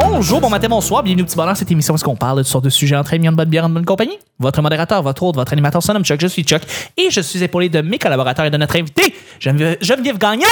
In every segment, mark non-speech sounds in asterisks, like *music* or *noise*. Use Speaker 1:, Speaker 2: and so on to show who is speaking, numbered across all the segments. Speaker 1: Bonjour, bon matin, bonsoir, bienvenue au petit bonheur. Cette émission, où est-ce qu'on parle de toutes sortes de sujets entre amis, en bonne bière, en bonne compagnie? Votre modérateur, votre hôte, votre animateur, son nom Chuck, je suis Chuck et je suis épaulé de mes collaborateurs et de notre invité, Geneviève, Geneviève Gagnon!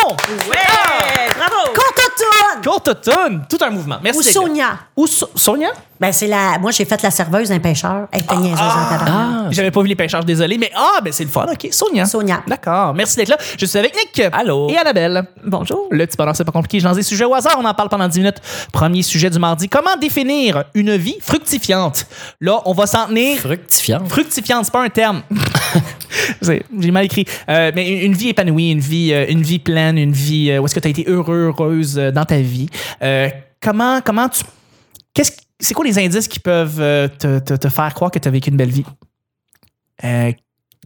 Speaker 2: Ouais! Bravo!
Speaker 3: Contotone!
Speaker 1: Courte automne, tout un mouvement. Merci.
Speaker 3: Ou
Speaker 1: les gars.
Speaker 3: Sonia.
Speaker 1: Ou So- Sonia?
Speaker 3: Ben, c'est la. Moi, j'ai fait la serveuse d'un pêcheur. Elle était niaiseuse en tabarnak.
Speaker 1: J'avais pas vu les pêcheurs, désolé, mais ah, ben c'est le fun, ok. Sonia.
Speaker 3: Sonia.
Speaker 1: D'accord, merci d'être là. Je suis avec Nick.
Speaker 2: Allô.
Speaker 1: Et Annabelle. Bonjour. Le petit bonheur, c'est pas compliqué. Je lance des sujets au hasard, on en parle pendant 10 minutes. Premier sujet du mardi. Comment définir une vie fructifiante? Là, on va s'en tenir.
Speaker 2: Fructifiant.
Speaker 1: Fructifiante, c'est pas un terme. C'est- J'ai mal écrit. Euh, mais une, une vie épanouie, une vie, euh, une vie pleine, une vie euh, où est-ce que tu as été heureux, heureuse euh, dans ta vie. Euh, comment, comment tu. Qu'est-ce, qui- c'est quoi les indices qui peuvent euh, te, te- te faire croire que tu as vécu une belle vie? Euh,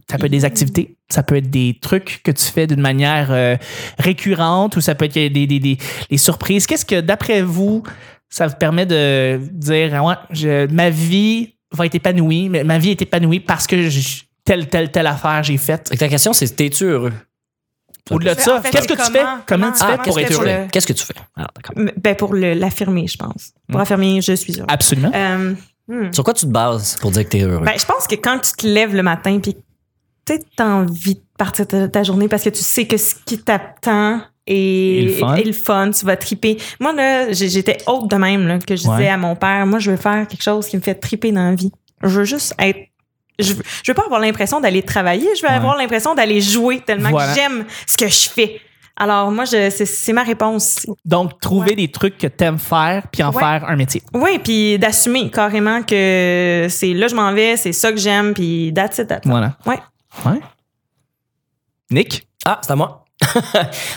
Speaker 1: ça peut être des activités, ça peut être des trucs que tu fais d'une manière euh, récurrente ou ça peut être des, des, des- des surprises. Qu'est-ce que, d'après vous, ça vous permet de dire Ah ouais, je- ma vie va être épanouie, mais ma vie est épanouie parce que je- telle, telle, telle affaire j'ai faite.
Speaker 2: Fait que ta question, c'est t'es-tu heureux? Ah,
Speaker 1: Au-delà de
Speaker 4: Mais
Speaker 1: ça,
Speaker 4: en fait,
Speaker 1: qu'est-ce que tu
Speaker 4: comment-
Speaker 1: fais? Comment tu
Speaker 4: comment-
Speaker 1: fais pour
Speaker 4: qu'est-ce
Speaker 1: être
Speaker 4: que tu
Speaker 1: heureux?
Speaker 4: fais?
Speaker 2: Qu'est-ce que tu fais? Ah, d'accord.
Speaker 4: M- Ben, pour le- l'affirmer, je pense. Pour
Speaker 1: Mm.
Speaker 4: affirmer, je suis heureux.
Speaker 1: Absolument.
Speaker 4: Euh, hmm.
Speaker 2: Sur quoi tu te bases pour dire que t'es heureux?
Speaker 4: Ben, je pense que quand tu te lèves le matin, puis tu as envie de partir ta, ta journée parce que tu sais que ce qui t'attend est,
Speaker 1: Et le fun.
Speaker 4: est le fun, tu vas triper. Moi, là, j'ai- j'étais haute de même, là, que je
Speaker 1: Ouais.
Speaker 4: disais à mon père, moi, je veux faire quelque chose qui me fait triper dans la vie. Je veux juste être. Je, veux- je veux pas avoir l'impression d'aller travailler, je veux
Speaker 1: Ouais.
Speaker 4: avoir l'impression d'aller jouer tellement
Speaker 1: Voilà.
Speaker 4: que j'aime ce que je fais. Alors, moi, je, c'est, c'est ma réponse.
Speaker 1: Donc, trouver
Speaker 4: Ouais.
Speaker 1: des trucs que t'aimes faire puis en
Speaker 4: Ouais.
Speaker 1: faire un métier.
Speaker 4: Oui, puis d'assumer carrément que c'est là je m'en vais, c'est ça que j'aime, puis that's it. that's it.
Speaker 1: Voilà.
Speaker 4: Ouais.
Speaker 1: Ouais. Nick?
Speaker 2: Ah, c'est à moi. *laughs*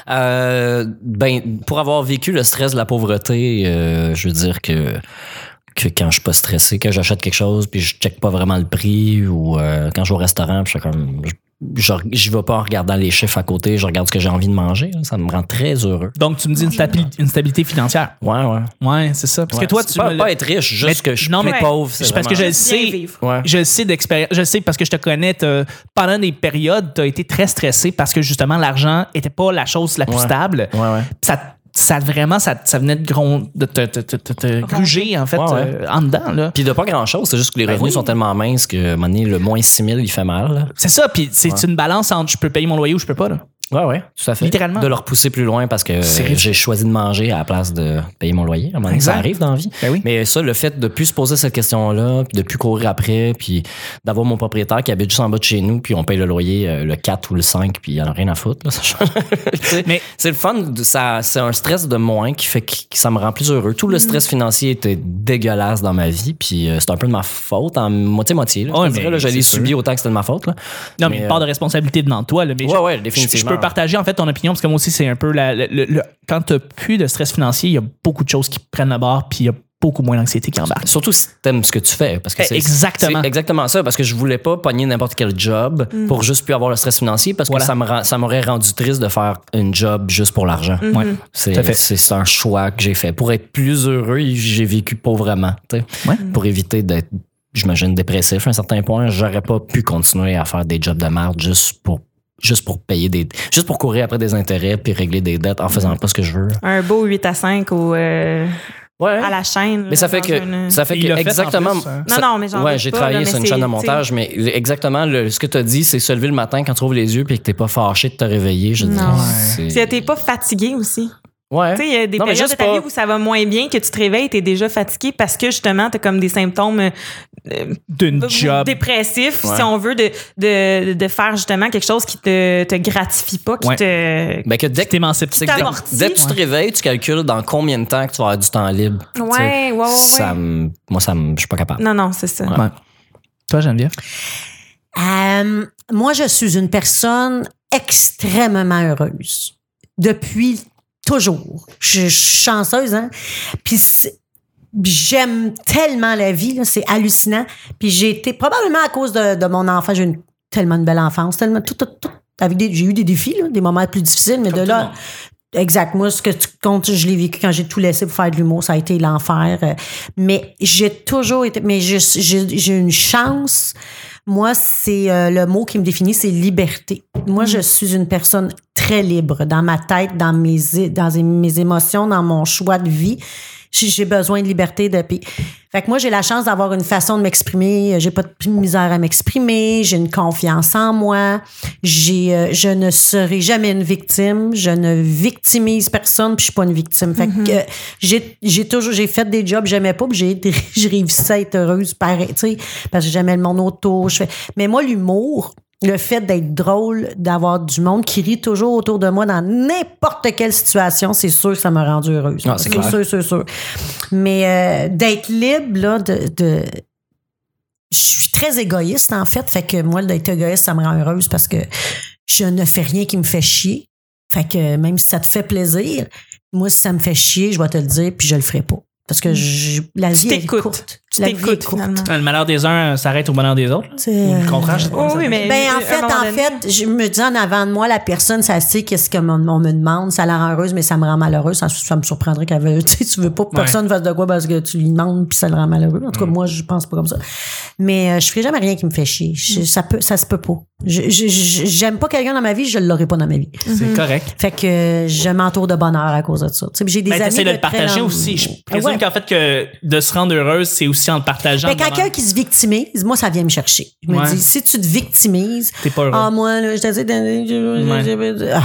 Speaker 2: Euh, ben, pour avoir vécu le stress de la pauvreté, euh, je veux dire que, que quand je suis pas stressé, quand j'achète quelque chose, puis je check pas vraiment le prix, ou euh, quand je vais au restaurant, puis je suis comme. je- je- J'y vais pas en regardant les chiffres à côté, je regarde ce que j'ai envie de manger. là. Ça me rend très heureux.
Speaker 1: Donc, tu me dis une, stabi- une stabilité financière.
Speaker 2: Ouais, ouais.
Speaker 1: Ouais, c'est ça. Parce
Speaker 2: Ouais.
Speaker 1: que toi,
Speaker 2: C'est
Speaker 1: tu
Speaker 2: pas,
Speaker 1: me l'as-
Speaker 2: pas être riche, juste
Speaker 1: Mais-
Speaker 2: que je suis
Speaker 1: non,
Speaker 2: plus
Speaker 4: mais-
Speaker 2: pauvre. c'est
Speaker 1: C'est parce que je
Speaker 2: vraiment-
Speaker 1: le sais.
Speaker 4: Bien vivre.
Speaker 2: Ouais.
Speaker 1: Je le sais d'expérience. Je le sais parce que je te connais. t'as- Pendant des périodes, tu as été très stressé parce que justement, l'argent était pas la chose la plus
Speaker 2: Ouais.
Speaker 1: stable.
Speaker 2: Ouais, ouais.
Speaker 1: Ça, ça vraiment, ça, ça venait de, gron- de te, te- te- te- te gruger, en fait,
Speaker 2: Ouais, ouais.
Speaker 1: euh, en dedans. Là.
Speaker 2: Puis de pas grand chose, c'est juste que les revenus
Speaker 1: oui.
Speaker 2: sont tellement minces que à un moment donné, le moins 6 000, il fait mal. là.
Speaker 1: C'est ça. Puis c'est une balance entre je peux payer mon loyer ou je peux pas. Là.
Speaker 2: Ouais, ouais, tout à fait.
Speaker 1: Littéralement.
Speaker 2: De le repousser plus loin parce que
Speaker 1: C'est
Speaker 2: euh,
Speaker 1: ridicule.
Speaker 2: j'ai choisi de manger à la place de payer mon loyer. À un moment donné, ça
Speaker 1: Exact.
Speaker 2: arrive dans la vie.
Speaker 1: Ben oui.
Speaker 2: Mais ça, le fait de plus se poser cette question-là, puis de plus courir après, puis d'avoir mon propriétaire qui habite juste en bas de chez nous, puis on paye le loyer euh, le 4 ou le 5, puis il en a rien à foutre. là, ça change. *laughs* Tu sais,
Speaker 1: Mais-
Speaker 2: c'est le fun, de- ça- c'est un stress de moins qui fait que que ça me rend plus heureux.
Speaker 1: Mm.
Speaker 2: Tout le stress financier était dégueulasse dans ma vie, puis euh, c'est un peu de ma faute, en moitié-moitié.
Speaker 1: Ouais,
Speaker 2: là. Je te dirais,
Speaker 1: mais
Speaker 2: là, je l'ai
Speaker 1: c'est
Speaker 2: subi autant que c'était de ma faute. Là.
Speaker 1: Non, mais,
Speaker 2: Mais,
Speaker 1: une part
Speaker 2: euh,
Speaker 1: de responsabilité venant de toi. Là, mais
Speaker 2: Ouais,
Speaker 1: je-
Speaker 2: ouais,
Speaker 1: je- Je,
Speaker 2: définitivement.
Speaker 1: peux partager en fait ton opinion parce que moi aussi, c'est un peu la, le- le- le- quand tu plus de stress financier, il y a beaucoup de choses qui prennent la barre puis il y a beaucoup moins d'anxiété qui embarque.
Speaker 2: Surtout si t'aimes ce que tu fais. Parce que c'est,
Speaker 1: Exactement. Mm.
Speaker 2: c'est exactement ça, parce que je voulais pas pogner n'importe quel job pour juste plus avoir le stress financier, parce
Speaker 1: Voilà.
Speaker 2: que ça, me rend- ça m'aurait rendu triste de faire une job juste pour l'argent.
Speaker 1: Mm-hmm. Ouais. Tout à
Speaker 2: C'est,
Speaker 1: fait.
Speaker 2: c'est, c'est un choix que j'ai fait. Pour être plus heureux, j'ai vécu pauvrement. tu sais.
Speaker 1: Ouais.
Speaker 2: Pour éviter d'être, j'imagine, dépressif à un certain point, j'aurais pas pu continuer à faire des jobs de merde juste pour juste pour payer des juste pour courir après des intérêts puis régler des dettes en
Speaker 1: Mm.
Speaker 2: faisant pas ce que je veux
Speaker 4: Un beau 8 à 5 au, euh,
Speaker 2: ouais
Speaker 4: à la chaîne. là,
Speaker 2: mais ça fait
Speaker 4: dans
Speaker 2: que
Speaker 4: une-
Speaker 2: ça fait
Speaker 1: Il
Speaker 2: que
Speaker 1: l'a fait en
Speaker 2: exactement
Speaker 1: plus, hein.
Speaker 4: Non,
Speaker 2: ça-
Speaker 4: non, mais j'en
Speaker 2: ouais
Speaker 4: doute
Speaker 2: j'ai
Speaker 4: pas,
Speaker 2: travaillé
Speaker 4: là, mais
Speaker 2: sur une
Speaker 4: c'est-
Speaker 2: chaîne de montage mais exactement le- ce que tu as dit c'est se lever le matin quand tu ouvres les yeux puis que t'es pas fâché de te réveiller je veux dire,
Speaker 4: Non.
Speaker 2: c'est-
Speaker 4: Si t'es pas fatigué aussi.
Speaker 2: ouais
Speaker 4: Tu sais, il y a des
Speaker 2: Non, mais
Speaker 4: périodes
Speaker 2: juste
Speaker 4: de ta vie
Speaker 2: pas-
Speaker 4: où ça va moins bien, que tu te réveilles, t'es déjà fatigué parce que justement, t'as comme des symptômes euh, euh,
Speaker 1: D'une job.
Speaker 4: dépressifs,
Speaker 2: Ouais.
Speaker 4: si on veut, de, de, de faire justement quelque chose qui te, te gratifie pas, qui
Speaker 1: Ouais.
Speaker 4: te.
Speaker 2: Ben que dès
Speaker 1: Tu
Speaker 2: que
Speaker 1: t'émancipes.
Speaker 2: dès que-
Speaker 4: t'amortis.
Speaker 2: dès que tu te
Speaker 1: Ouais.
Speaker 2: réveilles tu calcules dans combien de temps que tu vas avoir du temps libre tu sais.
Speaker 4: Ouais, ouais, ouais,
Speaker 2: ça
Speaker 4: ouais.
Speaker 2: me- moi ça me- je suis pas capable
Speaker 4: Non, non, c'est ça.
Speaker 1: Ouais. Toi, Geneviève?
Speaker 3: Euh, moi, je suis une personne extrêmement heureuse. Depuis toujours. Je suis chanceuse, hein? Puis c'est- j'aime tellement la vie, là, c'est hallucinant. Puis j'ai été, probablement à cause de, de mon enfant, j'ai eu une- tellement une belle enfance, tellement tout, tout, tout. Avec des, j'ai eu des défis, là, des moments plus difficiles, mais de là, Exact. Moi, ce que tu comptes, je l'ai vécu quand j'ai tout laissé pour faire de l'humour. Ça a été l'enfer. Euh, Mais j'ai toujours été. Mais je- j'ai j'ai une chance. Moi, c'est euh, le mot qui me définit, c'est liberté. Moi, je suis une personne très libre dans ma tête, dans mes, é- dans mes émotions, dans mon choix de vie. J'ai j'ai besoin de liberté. De, puis- fait que moi, j'ai la chance d'avoir une façon de m'exprimer. J'ai pas de misère à m'exprimer. J'ai une confiance en moi. J'ai, euh, je ne serai jamais une victime. Je ne victimise personne. Puis je suis pas une victime. Fait que euh, j'ai, j'ai toujours j'ai fait des jobs que j'aimais pas. Puis j'ai été- *laughs* j'ai réussi à être heureuse pareil, tu sais, parce que j'aimais le monde autour. Je fais- Mais moi, l'humour, le fait d'être drôle, d'avoir du monde qui rit toujours autour de moi dans n'importe quelle situation, c'est sûr que ça m'a rendue heureuse.
Speaker 2: Ah, c'est
Speaker 3: sûr,
Speaker 2: clair.
Speaker 3: sûr, sûr, sûr. Mais euh, d'être libre, là, de. de- je suis très égoïste, en fait. Fait que moi, d'être égoïste, ça me rend heureuse parce que je ne fais rien qui me fait chier. Fait que même si ça te fait plaisir, moi, si ça me fait chier, je vais te le dire, puis je le ferai pas. Parce que je- la vie est
Speaker 4: Mm. t'écoutes.
Speaker 3: courte.
Speaker 4: Tu
Speaker 3: la vie est
Speaker 4: t'écoutes,
Speaker 3: courte.
Speaker 4: finalement.
Speaker 1: Le malheur des uns euh, s'arrête au bonheur des autres. là.
Speaker 3: C'est- euh,
Speaker 1: Ou le contraire, je sais pas.
Speaker 4: Oh
Speaker 1: comment ça
Speaker 4: oui,
Speaker 1: marche.
Speaker 4: mais
Speaker 3: Ben, en
Speaker 4: à un
Speaker 3: fait,
Speaker 4: moment
Speaker 3: en
Speaker 4: donné-
Speaker 3: fait, je me dis en avant de moi, la personne, ça sait qu'est-ce qu'on on me demande, ça la rend heureuse, mais ça me rend malheureuse. Ça, ça me surprendrait qu'elle veuille, *laughs* tu sais, tu veux pas que
Speaker 1: Ouais. Mm.
Speaker 3: personne fasse de quoi parce que tu lui demandes puis ça le rend malheureux. En tout cas, moi, je pense pas comme ça. Mais euh, je ferai jamais rien qui me fait chier.
Speaker 1: Mm.
Speaker 3: Je- ça peut, ça se peut pas. Je- je- je- J'aime pas quelqu'un dans ma vie, je l'aurai pas dans ma vie.
Speaker 1: C'est correct.
Speaker 3: Fait que euh, je m'entoure de bonheur à cause de ça. Tu sais, puis j'ai des
Speaker 1: Mais
Speaker 3: amis.
Speaker 1: Ben, t'essaies de le
Speaker 3: très
Speaker 1: partager
Speaker 3: longue-
Speaker 1: aussi. Je
Speaker 3: Ouais.
Speaker 1: présume qu'en fait, que de se rendre heureuse, c'est aussi en le partageant.
Speaker 3: Mais
Speaker 1: le bonheur.
Speaker 3: Ben, quelqu'un qui se victimise, moi, ça vient me chercher. Je me
Speaker 1: Ouais.
Speaker 3: dis, si tu te victimises,
Speaker 1: T'es pas heureux.
Speaker 3: ah, moi, là, je t'ai dit, ah,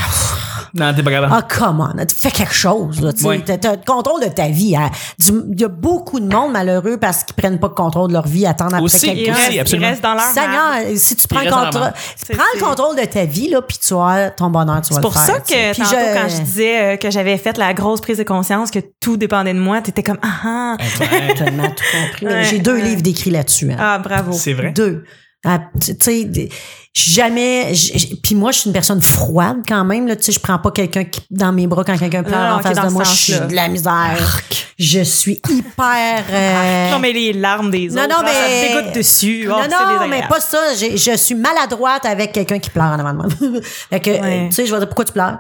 Speaker 1: Non, t'es pas capable.
Speaker 3: ah, come on, tu fais quelque chose, là, tu sais.
Speaker 1: Ouais.
Speaker 3: T'as- t'as le contrôle de ta vie. hein. Du- Il y a beaucoup de monde malheureux parce qu'ils prennent pas le contrôle de leur vie, attendent après
Speaker 1: Aussi,
Speaker 4: Ils
Speaker 1: Aussi,
Speaker 3: quelqu'un.
Speaker 4: restent- ils
Speaker 1: absolument.
Speaker 4: restent dans leur marbre.
Speaker 3: Seigneur, si tu prends, le
Speaker 1: restent dans la
Speaker 3: contrôle,
Speaker 1: merde.
Speaker 4: C'est-
Speaker 3: prends le
Speaker 4: c'est-
Speaker 3: contrôle de ta vie, là, puis tu vas ton bonheur, tu vas
Speaker 4: C'est
Speaker 3: le
Speaker 4: pour
Speaker 3: faire.
Speaker 4: ça
Speaker 3: tu sais.
Speaker 4: que
Speaker 3: Puis
Speaker 4: tantôt, quand je disais euh, que j'avais fait la grosse prise de conscience, que tout dépendait de moi, t'étais comme ah ah,
Speaker 1: Ouais.
Speaker 3: Tellement tout compris. mais
Speaker 4: Ouais,
Speaker 3: J'ai deux
Speaker 4: ouais.
Speaker 3: livres d'écrits là-dessus. hein.
Speaker 4: ah bravo.
Speaker 1: C'est vrai.
Speaker 3: Deux. Ah, tu tu sais, des- jamais. j- j- Puis moi, je suis une personne froide quand même. Là, tu sais, je prends pas quelqu'un qui- dans mes bras quand quelqu'un pleure
Speaker 4: Non,
Speaker 3: en
Speaker 4: ok,
Speaker 3: face
Speaker 4: dans
Speaker 3: de
Speaker 4: ce
Speaker 3: moi. Je suis
Speaker 4: sens-là.
Speaker 3: de la misère. Je suis hyper. euh,
Speaker 4: Ah, Non mais les larmes des
Speaker 3: Non,
Speaker 4: autres,
Speaker 3: non,
Speaker 4: ah, ça
Speaker 3: mais-
Speaker 4: te dégoûte dessus. Oh,
Speaker 3: non,
Speaker 4: c'est
Speaker 3: non,
Speaker 4: désagréable.
Speaker 3: mais pas ça. J'ai- Je suis maladroite avec quelqu'un qui pleure en avant de moi. *laughs* fait que,
Speaker 4: Ouais.
Speaker 3: euh, tu sais, je vais dire pourquoi tu pleures.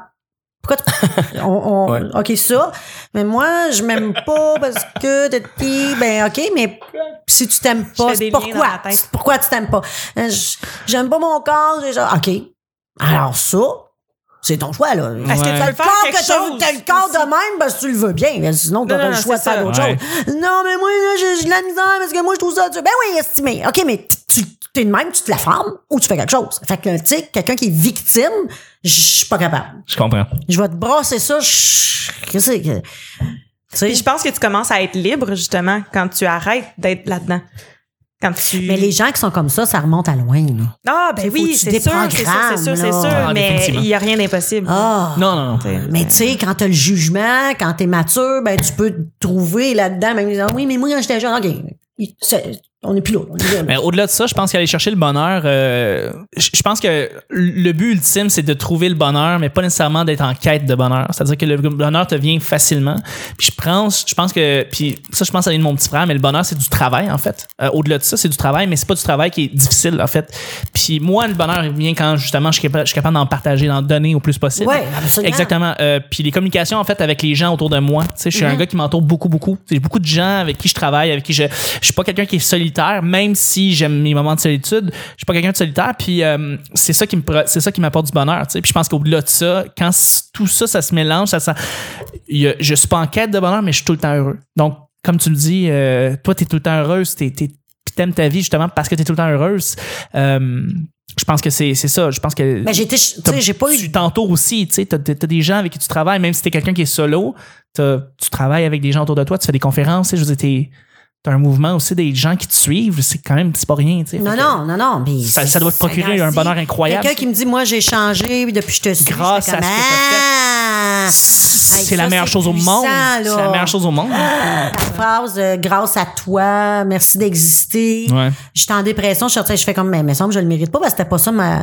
Speaker 3: Pourquoi
Speaker 4: *laughs*
Speaker 3: tu... on, on-
Speaker 2: Ouais.
Speaker 3: OK, ça. Mais moi, je m'aime pas parce que t'es petit. Ben, OK, mais si tu t'aimes pas,
Speaker 4: fais des
Speaker 3: c'est
Speaker 4: liens dans
Speaker 3: pourquoi?
Speaker 4: la tête.
Speaker 3: Pourquoi tu t'aimes pas? Euh, j- J'aime pas mon corps. j'ai genre- OK. Alors, ça, c'est ton choix, là.
Speaker 4: Est-ce
Speaker 1: Ouais.
Speaker 4: que tu veux
Speaker 3: T'as
Speaker 4: faire
Speaker 3: le corps
Speaker 4: quelque
Speaker 3: que t'as vu-
Speaker 4: chose
Speaker 3: t'as le corps de même, parce que tu le veux bien. Mais sinon,
Speaker 4: Non,
Speaker 3: t'aurais
Speaker 4: non,
Speaker 3: le
Speaker 4: non,
Speaker 3: choix de
Speaker 4: c'est
Speaker 3: faire
Speaker 4: ça.
Speaker 3: d'autres
Speaker 1: Ouais.
Speaker 3: choses. Non, mais moi, là, j'ai- j'ai de la misère parce que moi, je trouve ça dur. Ben oui, estimé. OK, mais tu, tu- t'es de même, tu te la formes ou tu fais quelque chose. Fait que, tu sais, quelqu'un qui est victime, je suis pas capable.
Speaker 1: Je comprends.
Speaker 3: Je vais te brasser ça, je. Qu'est-ce que. Tu sais,
Speaker 4: Puis je pense que tu commences à être libre justement quand tu arrêtes d'être là-dedans. Quand tu
Speaker 3: Mais les gens qui sont comme ça, ça remonte à loin, là.
Speaker 4: Ah ben
Speaker 3: Faut que
Speaker 4: oui,
Speaker 3: tu
Speaker 4: c'est sûr, c'est sûr, c'est sûr, c'est
Speaker 3: déprogrammes, là.
Speaker 4: sûr,
Speaker 1: Ah,
Speaker 4: mais
Speaker 1: définitivement.
Speaker 4: il y a rien d'impossible.
Speaker 3: Ah!
Speaker 1: Non, non, non.
Speaker 3: Mais tu sais, quand t'as le jugement, quand t'es mature, ben tu peux te trouver là-dedans, même en disant, oui, mais moi, quand j'étais jeune, OK, il- c'est- on n'est plus là. on est là.
Speaker 1: Mais Ben, au-delà de ça, je pense qu'aller chercher le bonheur, euh, je je pense que le but ultime, c'est de trouver le bonheur, mais pas nécessairement d'être en quête de bonheur. C'est-à-dire que le bonheur te vient facilement. Puis je pense, je pense que, puis ça, je pense à l'une de mon petit frère, mais le bonheur, c'est du travail en fait. Euh, au-delà de ça, c'est du travail, mais c'est pas du travail qui est difficile en fait. Puis moi, le bonheur il vient quand justement, je suis capable, je suis capable d'en partager, d'en donner au plus possible.
Speaker 3: Ouais, absolument.
Speaker 1: Exactement. Euh, puis les communications en fait avec les gens autour de moi. Tu sais, je suis
Speaker 3: Mhm.
Speaker 1: un gars qui m'entoure beaucoup, beaucoup. J'ai beaucoup de gens avec qui je travaille, avec qui je. Je suis pas quelqu'un qui est solitaire, même si j'aime mes moments de solitude. Je suis pas quelqu'un de solitaire. Puis euh, c'est ça qui me, pro- c'est ça qui m'apporte du bonheur. Tu sais, puis je pense qu'au-delà de ça, quand c- tout ça, ça se mélange, ça, ça, il y a- je suis pas en quête de bonheur, mais je suis tout le temps heureux. Donc comme tu le dis, euh, toi t'es tout le temps heureuse, t'es, t'es puis t'aimes ta vie justement parce que t'es tout le temps heureuse. Euh, je pense que c'est, c'est ça. Je pense que
Speaker 3: Ben, j'étais, tu sais, j'ai pas eu
Speaker 1: tu t'entoures aussi, tu sais, t'as t'as- t'as des gens avec qui tu travailles, même si t'es quelqu'un qui est solo, t'as- tu travailles avec des gens autour de toi, tu fais des conférences, tu sais, je veux dire, t'es- t'as un mouvement aussi des gens qui te suivent, c'est quand même, c'est pas rien, tu sais.
Speaker 3: Non,
Speaker 1: Fait que
Speaker 3: non, non, non. mais
Speaker 1: Ça-
Speaker 3: c'est-
Speaker 1: ça doit te procurer
Speaker 3: grandit.
Speaker 1: un bonheur incroyable,
Speaker 3: Quelqu'un
Speaker 1: ça.
Speaker 3: qui me dit, moi, j'ai changé puis depuis que je te suis.
Speaker 1: Grâce
Speaker 3: j'étais
Speaker 1: à ce
Speaker 3: comme,
Speaker 1: que
Speaker 3: Ah! Hey,
Speaker 1: C'est
Speaker 3: ça,
Speaker 1: la meilleure
Speaker 3: c'est
Speaker 1: chose au
Speaker 3: puissant,
Speaker 1: monde.
Speaker 3: là.
Speaker 1: C'est la meilleure chose au monde.
Speaker 3: Ta phrase, euh, grâce à toi, merci d'exister.
Speaker 1: Ouais.
Speaker 3: J'étais en dépression, je sortais, je fais comme, mais, mais semble, je le mérite pas parce que c'était pas ça ma.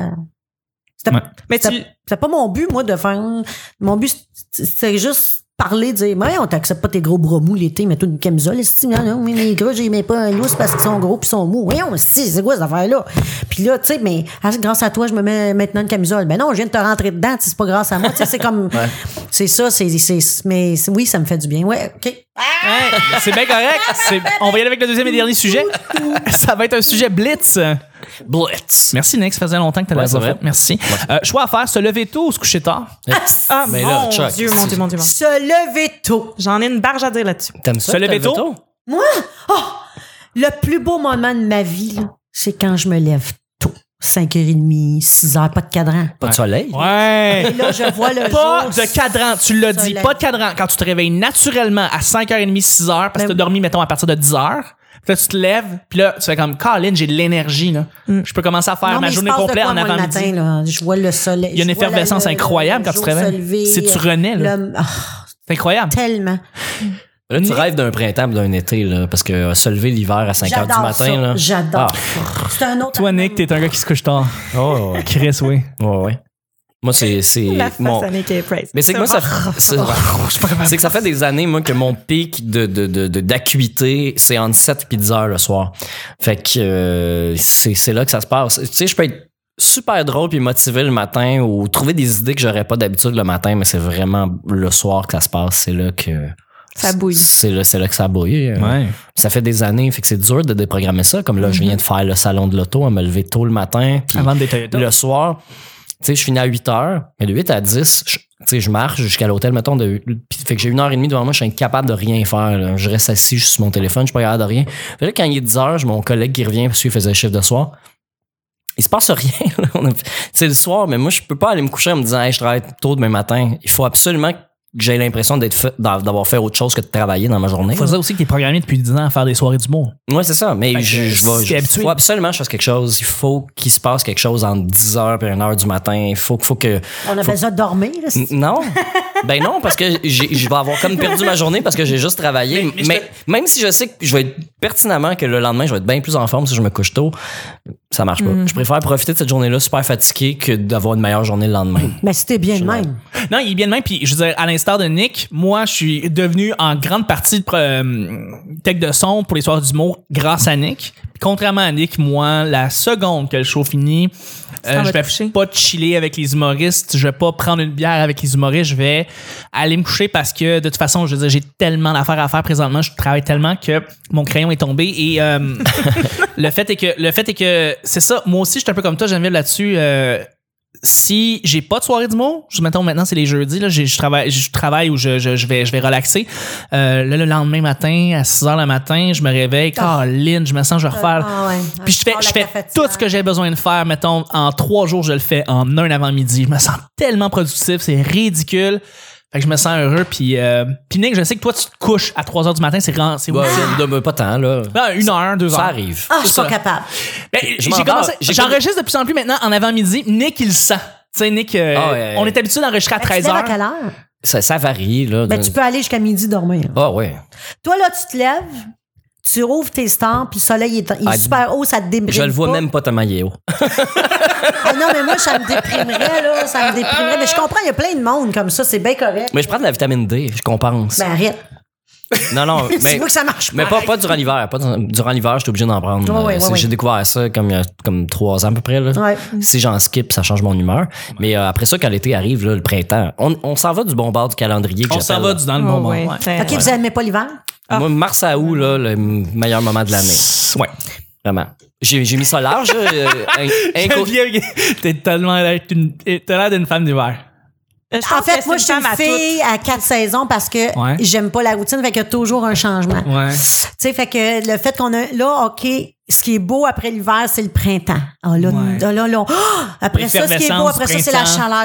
Speaker 3: C'était
Speaker 1: Ouais.
Speaker 4: Mais
Speaker 3: c'était-
Speaker 4: tu
Speaker 3: c'était pas mon but, moi, de faire. Mon but, c'est- c'est juste parler, dire, mais on t'accepte pas tes gros bras mous l'été, mais toi une camisole, si, non, non, mais les gros, j'aimais pas un lousse parce qu'ils sont gros puis ils sont mous. Voyons, si, c'est quoi cette affaire-là? Puis là, tu sais, mais ah, grâce à toi, je me mets maintenant une camisole. Mais non, je viens de te rentrer dedans, tu sais, c'est pas grâce à moi, tu sais,
Speaker 4: *laughs*
Speaker 3: c'est comme. C'est ça, c'est. c'est- Mais c'est- oui, ça me fait du bien. Ouais, OK.
Speaker 1: Hein? Ouais, c'est bien correct. C'est- On va y aller avec le deuxième et dernier sujet. Ça va être un sujet blitz.
Speaker 2: Blitz.
Speaker 1: Merci, Nick. Ça faisait longtemps que tu
Speaker 2: Ouais,
Speaker 1: l'avais
Speaker 2: c'est
Speaker 1: pas
Speaker 2: vrai.
Speaker 1: fait. Merci. Euh, choix à faire se lever tôt ou se coucher tard.
Speaker 4: Ah,
Speaker 2: Mais là,
Speaker 4: mon,
Speaker 2: Chuck,
Speaker 4: Dieu, mon Dieu, mon Dieu, mon Dieu.
Speaker 3: Se lever tôt.
Speaker 4: J'en ai une barge à dire là-dessus.
Speaker 2: T'aimes ça?
Speaker 1: Se
Speaker 2: le
Speaker 1: lever tôt?
Speaker 3: Le plus beau moment de ma vie, là, c'est quand je me lève tôt. 5h30, 6h, pas de cadran.
Speaker 2: Pas de soleil?
Speaker 1: Ouais. *laughs*
Speaker 3: Et là, je vois le
Speaker 1: Pas
Speaker 3: jour.
Speaker 1: de cadran, tu l'as dit,
Speaker 3: Soleil.
Speaker 1: pas de cadran. Quand tu te réveilles naturellement à 5h30, 6h, parce que
Speaker 3: Ben
Speaker 1: t'as
Speaker 3: oui.
Speaker 1: dormi, mettons, à partir de 10h, puis là, tu te lèves, puis là, tu fais comme, Colin, j'ai de l'énergie, là. Je peux commencer à faire
Speaker 3: Mm. Non, mais
Speaker 1: ma
Speaker 3: il se
Speaker 1: journée
Speaker 3: passe de
Speaker 1: complète
Speaker 3: quoi,
Speaker 1: en
Speaker 3: moi, le
Speaker 1: avant-midi.
Speaker 3: matin, là? Je vois le soleil.
Speaker 1: Il y a une
Speaker 3: Je vois
Speaker 1: effervescence
Speaker 3: le- le-
Speaker 1: incroyable
Speaker 3: le
Speaker 1: quand tu te
Speaker 3: jour
Speaker 1: réveilles.
Speaker 3: se lever.
Speaker 1: C'est- tu renais, là.
Speaker 3: Le- ah,
Speaker 1: C'est incroyable.
Speaker 3: tellement.
Speaker 2: Là, tu rêves d'un printemps, d'un été, là, parce que euh, se lever l'hiver à 5 h
Speaker 3: J'adore
Speaker 2: du matin,
Speaker 3: ça.
Speaker 2: là.
Speaker 3: J'adore. C'est un autre.
Speaker 1: Ah. Toi, Nick, t'es un gars qui se couche tard.
Speaker 2: Oh, ouais.
Speaker 1: Chris, oui.
Speaker 2: ouais, ouais. Moi, c'est. c'est
Speaker 4: La face
Speaker 2: mon-
Speaker 4: à Nick et Price.
Speaker 2: Mais c'est que moi, ça. c'est- *laughs* C'est que ça fait des années, moi, que mon pic de, de, de, de- d'acuité, c'est entre 7 et 10 heures le soir. Fait que euh, c'est, c'est là que ça se passe. Tu sais, je peux être super drôle puis motivé le matin ou trouver des idées que j'aurais pas d'habitude le matin, mais c'est vraiment le soir que ça se passe. C'est là que.
Speaker 4: Ça bouille.
Speaker 2: C'est là, c'est là que ça bouille. Ça fait des années, fait que c'est dur de déprogrammer ça. Comme là, je viens de faire le salon de l'auto à me lever tôt le matin. puis-
Speaker 1: Avant de détailler.
Speaker 2: le soir, tu sais, je finis à 8 heures, mais de 8 à 10, je, tu sais, je marche jusqu'à l'hôtel, mettons, de, puis- fait que j'ai une heure et demie devant moi, je suis incapable de rien faire. là. Je reste assis, je suis sur mon téléphone, je suis pas capable de rien. Fait que là, quand il est 10 heures, j'ai mon collègue qui revient parce qu'il faisait le chiffre de soir. Il se passe rien. *laughs* là. On a- C'est le soir, mais moi, je peux pas aller me coucher en me disant, Hey, je travaille tôt demain matin. Il faut absolument que j'ai l'impression d'être fait- d'a- d'avoir fait autre chose que de travailler dans ma journée.
Speaker 1: Faut dire aussi que t'es programmé depuis 10 ans à faire des soirées d'humour.
Speaker 2: Ouais, c'est ça. Mais je, je vais.
Speaker 1: si
Speaker 2: je-
Speaker 1: t'es habitué.
Speaker 2: faut absolument que je fasse quelque chose. Il faut qu'il se passe quelque chose entre 10h et 1h du matin. Il faut, faut que.
Speaker 3: On appelle ça dormir. là, c'est-
Speaker 1: *laughs*
Speaker 2: N- Non. ben non, parce que j'ai- je vais avoir comme perdu ma journée parce que j'ai juste travaillé. Mais,
Speaker 1: mais je
Speaker 2: même si je sais que je vais être pertinemment que le lendemain, je vais être bien plus en forme si je me couche tôt, ça marche pas.
Speaker 1: Mm.
Speaker 2: Je préfère profiter de cette journée-là super fatigué que d'avoir une meilleure journée le lendemain.
Speaker 1: Mm.
Speaker 3: Mais c'était bien de même.
Speaker 1: Non, il est bien de même. Puis, je veux dire, à l'instar de Nick, moi, je suis devenu en grande partie de pro- euh, tech de son pour les soirs d'humour grâce à Nick. Contrairement à Nick, moi, la seconde que le show finit, euh,
Speaker 4: vas
Speaker 1: je
Speaker 4: te
Speaker 1: vais
Speaker 4: coucher.
Speaker 1: pas chiller avec les humoristes, je vais pas prendre une bière avec les humoristes, je vais aller me coucher parce que de toute façon, je veux dire, j'ai tellement d'affaires à faire présentement, je travaille tellement que mon crayon est tombé et euh, *laughs* le fait est que le fait est que c'est ça, moi aussi je suis un peu comme toi, Geneviève là-dessus euh, si j'ai pas de soirée d'humour, je mettons maintenant c'est les jeudis là, j'ai- je travaille je travaille ou je, je, je vais je vais relaxer. Euh, là le lendemain matin à 6h le matin, je me réveille, Caroline, je me sens je vais refaire
Speaker 3: Ah ouais.
Speaker 1: puis je fais,
Speaker 3: Ah, la
Speaker 1: je fais
Speaker 3: cafetière.
Speaker 1: tout ce que j'ai besoin de faire. Mettons, en trois jours, je le fais en un avant-midi. Je me sens tellement productif, c'est ridicule. Fait que je me sens heureux. Puis, euh, puis Nick, je sais que toi, tu te couches à 3 heures du matin, c'est grand, c'est
Speaker 2: Bah,
Speaker 1: weird.
Speaker 2: de- pas tant, là.
Speaker 1: Ben, une heure, deux
Speaker 2: Ça
Speaker 1: heures.
Speaker 2: arrive.
Speaker 3: Ah, je suis
Speaker 1: C'est
Speaker 3: pas
Speaker 1: ça.
Speaker 3: capable.
Speaker 1: Ben,
Speaker 2: Je
Speaker 1: j'ai
Speaker 2: m'en
Speaker 1: commencé,
Speaker 2: parle. J'ai-
Speaker 1: j'enregistre de plus en plus maintenant en avant-midi. Nick, il le sent. Tu sais, Nick, euh,
Speaker 2: Ah ouais.
Speaker 1: on est habitué d'enregistrer à
Speaker 3: Ben, tu
Speaker 1: 13
Speaker 3: te lèves à
Speaker 1: heures.
Speaker 3: quelle heure?
Speaker 2: Ça, ça varie, là.
Speaker 3: Ben,
Speaker 2: de-
Speaker 3: tu peux aller jusqu'à midi dormir.
Speaker 2: Ah, ouais.
Speaker 3: Toi, là, tu te lèves, tu ouvres tes stars, puis le soleil est, il est
Speaker 2: Ah,
Speaker 3: super haut, ça te déprime.
Speaker 2: Je le vois
Speaker 3: pas.
Speaker 2: même pas, ta maillot.
Speaker 3: Ah non, mais moi, ça me déprimerait, là. Ça me déprimerait.
Speaker 1: *laughs*
Speaker 3: Mais je comprends, il y a plein de monde comme ça, c'est bien correct.
Speaker 2: Mais je prends de la vitamine D, je compense.
Speaker 3: Ben, arrête.
Speaker 2: non, non.
Speaker 3: *laughs* Tu
Speaker 2: mais-
Speaker 3: vois que ça marche pas.
Speaker 2: Mais pas, pas durant l'hiver. Pas durant- durant l'hiver, j'étais obligé d'en prendre.
Speaker 3: Ouais, ouais,
Speaker 2: Euh, c'est-
Speaker 3: ouais, ouais.
Speaker 2: J'ai découvert ça comme il y a comme trois ans à peu près. Là.
Speaker 3: Ouais.
Speaker 2: Si j'en skip, ça change mon humeur. Mais euh, après ça, quand l'été arrive, là, le printemps, on, on s'en va du bon bord du calendrier que
Speaker 1: On s'en
Speaker 2: j'appelle,
Speaker 1: va
Speaker 2: là.
Speaker 1: du dans le
Speaker 4: Oh,
Speaker 1: bon moment.
Speaker 4: ouais.
Speaker 1: Ouais.
Speaker 4: C'est-
Speaker 3: OK, vous aimez pas l'hiver? Ah.
Speaker 2: Moi, mars à août, là, le meilleur moment de l'année.
Speaker 1: Ouais.
Speaker 2: Vraiment. J'ai j'ai mis ça large. euh,
Speaker 1: *laughs*
Speaker 2: un- un co-
Speaker 1: Geneviève, T'es tellement l'air d'une- t'as l'air d'une femme d'hiver.
Speaker 4: Euh, je
Speaker 3: En
Speaker 4: pense que
Speaker 3: fait,
Speaker 4: c'est
Speaker 3: moi, je suis
Speaker 4: femme à
Speaker 3: une fille à quatre saisons parce que
Speaker 1: Ouais.
Speaker 3: j'aime pas la routine, fait qu'il y a toujours un changement.
Speaker 1: Ouais.
Speaker 3: Tu sais, fait que le fait qu'on a. Là, OK, ce qui est beau après l'hiver, c'est le printemps. Ah là,
Speaker 1: Ouais.
Speaker 3: ah là, là, ah! après ça, ce qui est beau,
Speaker 1: L'effervescence
Speaker 3: après
Speaker 1: du
Speaker 3: ça, c'est la
Speaker 1: printemps.
Speaker 3: chaleur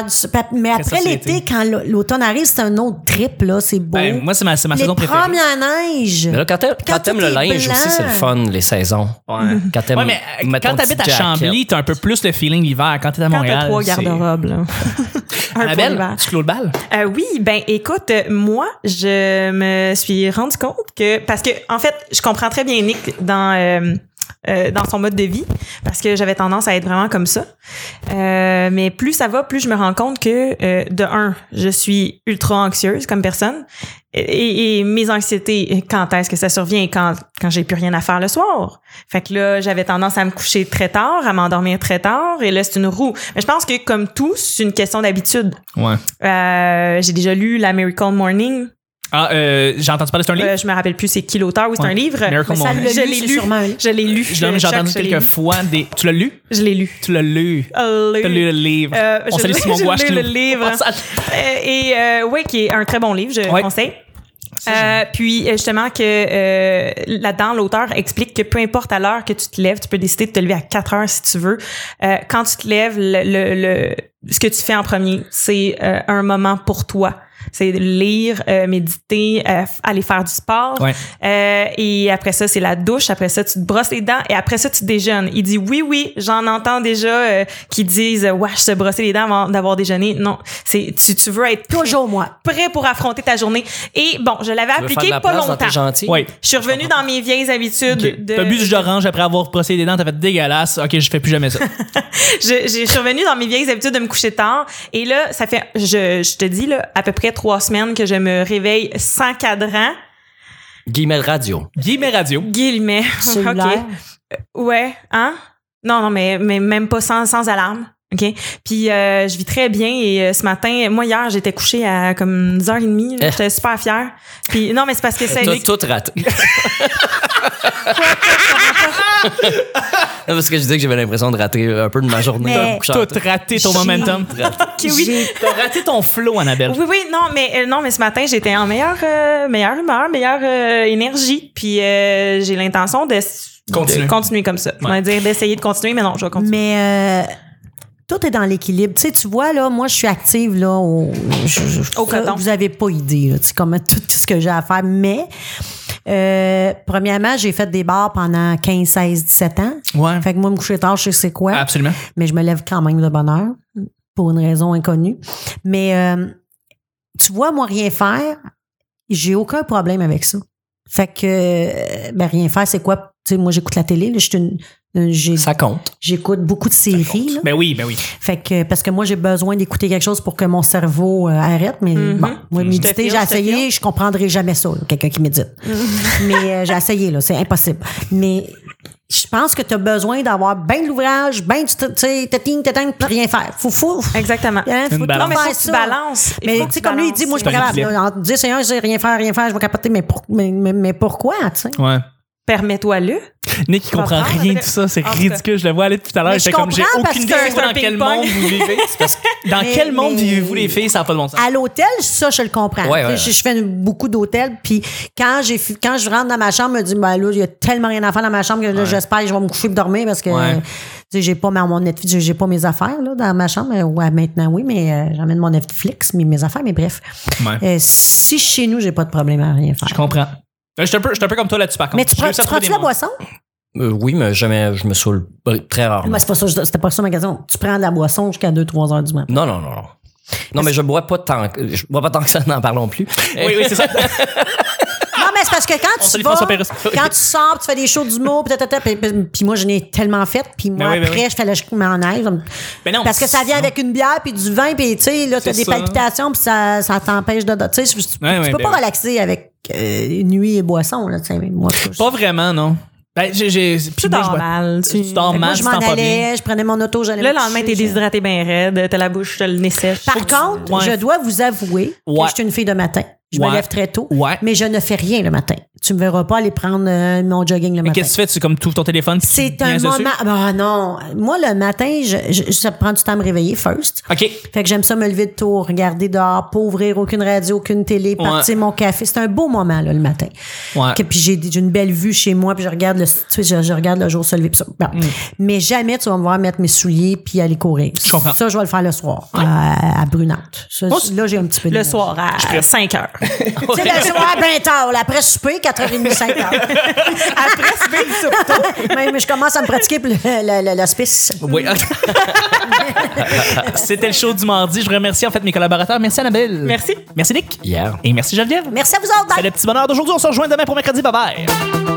Speaker 3: du. Mais
Speaker 1: ça,
Speaker 3: après
Speaker 1: c'est
Speaker 3: l'été,
Speaker 1: l'été.
Speaker 3: quand l'automne arrive, c'est un autre trip, là. C'est beau.
Speaker 1: Ben, moi, c'est ma, c'est ma
Speaker 3: Les
Speaker 1: saison préférée.
Speaker 3: premières neiges.
Speaker 2: Mais là, quand t'aimes- quand
Speaker 3: Quand
Speaker 2: t'aimes
Speaker 3: tout
Speaker 2: le
Speaker 3: est
Speaker 2: linge
Speaker 3: blanc.
Speaker 2: aussi, c'est le fun, les saisons. Quand t'aimes.
Speaker 1: Ouais, mais euh,
Speaker 2: mettons,
Speaker 1: quand t'habites à
Speaker 2: petit jacket.
Speaker 1: Chambly, t'as un peu plus le feeling l'hiver. Quand t'es à
Speaker 4: Quand t'as
Speaker 1: Montréal.
Speaker 4: trois
Speaker 1: c'est-
Speaker 4: garde-robes, là. *laughs* Un pour
Speaker 1: Annabelle,
Speaker 4: l'hiver.
Speaker 1: tu clôt le bal?
Speaker 4: Euh, oui, ben écoute, euh, moi, je me suis rendu compte que parce que en fait, je comprends très bien Nick dans euh, euh, dans son mode de vie parce que j'avais tendance à être vraiment comme ça. Euh, mais plus ça va, plus je me rends compte que euh, de un, je suis ultra anxieuse comme personne et, et mes anxiétés quand est-ce que ça survient quand quand j'ai plus rien à faire le soir. Fait que là, j'avais tendance à me coucher très tard, à m'endormir très tard et là c'est une roue. Mais je pense que comme tout, c'est une question d'habitude.
Speaker 1: Ouais.
Speaker 4: Euh, j'ai déjà lu La Miracle Morning
Speaker 1: Ah, euh, j'ai entendu parler, c'est un livre?
Speaker 4: Euh, je me rappelle plus c'est qui l'auteur ou c'est
Speaker 1: Ouais.
Speaker 4: un livre.
Speaker 1: Miracle
Speaker 3: Mais ça
Speaker 1: Moment.
Speaker 3: l'a
Speaker 4: Je
Speaker 3: lu,
Speaker 4: l'ai
Speaker 3: c'est
Speaker 4: lu.
Speaker 3: sûrement un livre.
Speaker 4: Je l'ai lu.
Speaker 1: Non, mais J'ai
Speaker 4: Chaque-
Speaker 1: entendu
Speaker 4: je l'ai
Speaker 1: quelques
Speaker 4: lu.
Speaker 1: fois des. Tu l'as lu?
Speaker 4: Je l'ai lu.
Speaker 1: Tu l'as lu. T'as lu le livre.
Speaker 4: Euh,
Speaker 1: On
Speaker 4: je
Speaker 1: salue
Speaker 4: l'ai-
Speaker 1: Simon
Speaker 4: *laughs* je
Speaker 1: Gouache
Speaker 4: l'ai
Speaker 1: qui
Speaker 4: le
Speaker 1: nous-
Speaker 4: livre.
Speaker 1: *laughs* On salue-
Speaker 4: Euh, et euh, oui, qui est un très bon livre, je
Speaker 1: Ouais.
Speaker 4: conseille. Euh, puis euh, justement que euh, là-dedans l'auteur explique que peu importe à l'heure que tu te lèves, tu peux décider de te lever à 4 heures si tu veux. Euh, quand tu te lèves, le, le- le- ce que tu fais en premier, c'est euh, un moment pour toi. C'est lire, euh, méditer, euh, f- aller faire du sport.
Speaker 1: Ouais.
Speaker 4: Euh, et après ça, c'est la douche. Après ça, tu te brosses les dents. Et après ça, tu déjeunes. Il dit oui, oui, j'en entends déjà euh, qui disent ouais, je se brosser les dents avant d'avoir déjeuné. Non, c'est tu, tu veux être toujours
Speaker 3: Toujours moi.
Speaker 4: prêt pour affronter ta journée. Et bon, je l'avais
Speaker 2: Tu veux faire de
Speaker 4: appliqué
Speaker 2: la
Speaker 4: pas
Speaker 2: place dans tes
Speaker 4: longtemps.
Speaker 2: gentils?
Speaker 1: Ouais.
Speaker 4: Je suis revenue dans mes vieilles habitudes.
Speaker 1: Ok.
Speaker 4: De,
Speaker 1: T'as bu du jus d'orange après avoir brossé les dents, t'as fait dégueulasse. Ok, je fais plus jamais ça.
Speaker 4: *laughs*
Speaker 3: *laughs*
Speaker 4: je, je suis revenue dans mes vieilles habitudes de me coucher tard. Et là, ça fait, je, je te dis, là, à peu près trois semaines que je me réveille sans cadran.
Speaker 2: Guillemets radio.
Speaker 1: Guillemets Radio.
Speaker 4: Guillemets. *laughs* *laughs* OK.
Speaker 3: Cellulaire.
Speaker 4: Ouais, hein? Non, non, mais, mais même pas sans, sans alarme. OK? Puis euh, je vis très bien et euh, ce matin, moi hier, j'étais couchée à comme 10h30. là.
Speaker 2: Eh.
Speaker 4: J'étais super fière. Puis non, mais c'est parce que c'est...
Speaker 2: T'as tout raté.
Speaker 1: *laughs*
Speaker 2: Non, parce que je disais que j'avais l'impression de rater un peu de ma journée.
Speaker 3: Mais-
Speaker 2: Couchant.
Speaker 1: T'as raté ton
Speaker 2: J'ai-
Speaker 1: momentum.
Speaker 3: J'ai-
Speaker 1: T'as raté ton flow, Annabelle.
Speaker 4: Oui, oui, non, mais euh, non, mais ce matin, j'étais en meilleure, euh, meilleure humeur, meilleure euh, énergie. Puis euh, j'ai l'intention de, de
Speaker 1: Continue.
Speaker 4: continuer comme ça. Je vais dire d'essayer de continuer, mais non, je vais continuer.
Speaker 3: Mais euh, tout est dans l'équilibre. Tu sais, tu vois, là, moi, je suis active, là, au, je- je-
Speaker 4: Au
Speaker 3: ça,
Speaker 4: coton.
Speaker 3: Vous avez pas idée, là, tu sais, comment tout ce que j'ai à faire. Mais, euh, premièrement, j'ai fait des bars pendant 15, 16, 17 ans.
Speaker 1: Ouais.
Speaker 3: Fait que moi, me coucher tard, je sais c'est quoi.
Speaker 4: Ah.
Speaker 1: Absolument.
Speaker 3: mais je me lève quand même de bonne heure pour une raison inconnue. Mais euh, tu vois, moi, rien faire, j'ai aucun problème avec ça. Fait que, euh, ben, rien faire, c'est quoi? Tu sais, moi, j'écoute la télé, là, je suis une- une- j'ai-
Speaker 2: Ça compte.
Speaker 3: j'écoute beaucoup de séries, là.
Speaker 1: Ben oui, ben oui.
Speaker 3: Fait que, parce que moi, j'ai besoin d'écouter quelque chose pour que mon cerveau euh, arrête, mais
Speaker 4: Mhm.
Speaker 3: bon, moi,
Speaker 4: Je te
Speaker 3: méditer,
Speaker 4: file,
Speaker 3: j'ai
Speaker 4: je te
Speaker 3: essayé, je comprendrai jamais ça, là, quelqu'un qui médite.
Speaker 4: Mm-hmm.
Speaker 3: mais euh, j'ai essayé, là, c'est impossible. Mais je pense que tu as besoin d'avoir bien de l'ouvrage, bien du, tu sais, tating, tating, puis rien faire. Faut, faut,
Speaker 4: Exactement.
Speaker 3: hein,
Speaker 1: Une
Speaker 3: faut
Speaker 1: balance.
Speaker 4: Non, mais
Speaker 3: faire
Speaker 4: faut que tu
Speaker 3: ça.
Speaker 4: balances. Il
Speaker 3: Mais
Speaker 4: faut
Speaker 3: tu
Speaker 4: que
Speaker 3: sais, comme lui, il dit, moi, je suis
Speaker 1: C'est
Speaker 3: pas
Speaker 1: un
Speaker 3: capable. là. En 10 Seigneur, j'ai rien faire, rien faire, je vais capoter, mais, pour- mais, mais, mais pourquoi, tu sais?
Speaker 1: Ouais.
Speaker 4: Permets-toi-le.
Speaker 1: Nick, il comprend
Speaker 4: Comprendre,
Speaker 1: rien de
Speaker 4: mais-
Speaker 1: tout ça. C'est
Speaker 4: en tout cas.
Speaker 1: ridicule. Je le vois aller depuis tout à l'heure.
Speaker 3: Mais je
Speaker 1: J'étais comme, j'ai
Speaker 3: comprends parce
Speaker 1: aucune
Speaker 3: que
Speaker 1: idée
Speaker 4: c'est un
Speaker 1: dans quel
Speaker 4: ping-pong.
Speaker 1: monde vous vivez. C'est parce que dans
Speaker 3: Mais-
Speaker 1: quel monde
Speaker 3: mais-
Speaker 1: vivez-vous, les filles? Ça n'a pas de bon sens.
Speaker 3: À l'hôtel, ça, je le comprends.
Speaker 2: Ouais, ouais,
Speaker 3: Tu sais, Je, je fais une- beaucoup d'hôtels, puis quand j'ai fi- quand je rentre dans ma chambre, je me dis, ben là, il y a tellement rien à faire dans ma chambre que là, j'espère que je vais me coucher et dormir parce que
Speaker 1: Ouais.
Speaker 3: euh, tu sais, j'ai pas ma, mon Netflix, j'ai- j'ai pas mes affaires là, dans ma chambre. Euh, Ouais, maintenant, oui, mais euh, j'emmène mon Netflix, mais mes affaires, mais bref.
Speaker 1: Ouais.
Speaker 3: Euh, si chez nous, j'ai pas de problème à rien faire.
Speaker 1: Je comprends. Je suis un peu, je suis un peu comme toi là-dessus, par contre.
Speaker 3: Mais tu,
Speaker 1: Je
Speaker 3: prends,
Speaker 1: réussis à
Speaker 3: tu
Speaker 1: trouver
Speaker 3: prends-tu
Speaker 1: des
Speaker 3: la
Speaker 1: moments.
Speaker 3: boisson?
Speaker 2: Euh, oui, mais jamais je me saoule euh, très rarement.
Speaker 3: Moi, Ben, c'est pas ça, je- c'était pas ça ma question. Tu prends de la boisson jusqu'à 2-3 heures du matin.
Speaker 2: Non, non, non, non. Non, mais je bois pas tant que, je bois pas tant que ça, n'en parlons plus.
Speaker 1: Oui, oui, c'est ça.
Speaker 3: *laughs* Non, mais c'est parce que quand tu
Speaker 1: salue
Speaker 3: vas,
Speaker 1: François Pérusse. *laughs*
Speaker 3: quand tu sors, tu fais des shows d'humour, puis, ta, ta, ta, puis, puis- puis moi, je n'ai tellement fait, puis moi,
Speaker 1: Ben oui, ben
Speaker 3: après,
Speaker 1: oui.
Speaker 3: je fais la je m'en aille. comme-
Speaker 1: Mais non,
Speaker 3: parce que ça vient avec une bière, puis du vin, puis tu sais, là, t'as
Speaker 1: C'est
Speaker 3: des
Speaker 1: ça.
Speaker 3: palpitations, puis ça, ça t'empêche de... Tu sais, tu, tu
Speaker 1: Ouais, ouais,
Speaker 3: peux
Speaker 1: ben
Speaker 3: pas
Speaker 1: oui.
Speaker 3: relaxer avec euh, nuit et boisson, là, tu sais, mais moi, je-
Speaker 1: Pas vraiment, non. Ben, j'ai, j'ai, puis
Speaker 4: Tu
Speaker 1: moi, je
Speaker 4: dors
Speaker 1: bois-
Speaker 4: mal.
Speaker 1: Tu dors
Speaker 3: moi,
Speaker 1: mal,
Speaker 3: je
Speaker 1: tu
Speaker 3: m'en
Speaker 1: t'en pas bien.
Speaker 3: allais, je prenais mon auto, j'allais...
Speaker 4: Le
Speaker 3: me
Speaker 4: lendemain, t'es
Speaker 3: coucher, je-
Speaker 4: déshydraté bien raide, t'as la bouche, t'as le nez sèche.
Speaker 3: Par contre,
Speaker 1: Ouais.
Speaker 3: je dois vous avouer
Speaker 1: Ouais.
Speaker 3: que je suis une fille de matin. Je
Speaker 1: Ouais.
Speaker 3: me lève très tôt,
Speaker 1: Ouais.
Speaker 3: mais je ne fais rien le matin. Tu me verras pas aller prendre euh, mon jogging le
Speaker 1: Mais
Speaker 3: matin.
Speaker 1: qu'est-ce que tu fais? Tu comme tout ton téléphone? puis tu
Speaker 3: C'est un
Speaker 1: niaises dessus?
Speaker 3: moment. Ah non, moi le matin, je, je- ça prend du temps à me réveiller first.
Speaker 1: OK.
Speaker 3: Fait que j'aime ça me lever de tôt, regarder dehors, pas ouvrir aucune radio, aucune télé, partir mon café. C'est un beau moment là le matin.
Speaker 1: Ouais.
Speaker 3: Que- puis j'ai j'ai une belle vue chez moi, puis je regarde le, tu sais, je, je regarde le jour se lever. puis ça. Bon.
Speaker 1: Mm.
Speaker 3: Mais jamais tu vas me voir mettre mes souliers puis aller courir.
Speaker 1: Je comprends.
Speaker 3: Ça, je vais le faire le soir à, à Brunante. Ça,
Speaker 1: Moi, c'est-
Speaker 3: là, j'ai un petit peu
Speaker 4: Le
Speaker 3: d'énergie.
Speaker 4: soir à 5 heures.
Speaker 3: Tu sais, le soir, bien tard, là, après souper, 4h30, 5h.
Speaker 4: Après, c'est bien ça.
Speaker 3: *laughs* Même, je commence à me pratiquer pour le- le- le- l'hospice.
Speaker 1: Oui. C'était le show du mardi. Je remercie en fait mes collaborateurs. Merci Annabelle.
Speaker 4: Merci.
Speaker 1: Merci Nick.
Speaker 2: Hier.
Speaker 1: Et merci Geneviève.
Speaker 3: Merci à vous autres. Bye.
Speaker 1: C'est le petit bonheur d'aujourd'hui. On se rejoint demain pour mercredi. Bye bye.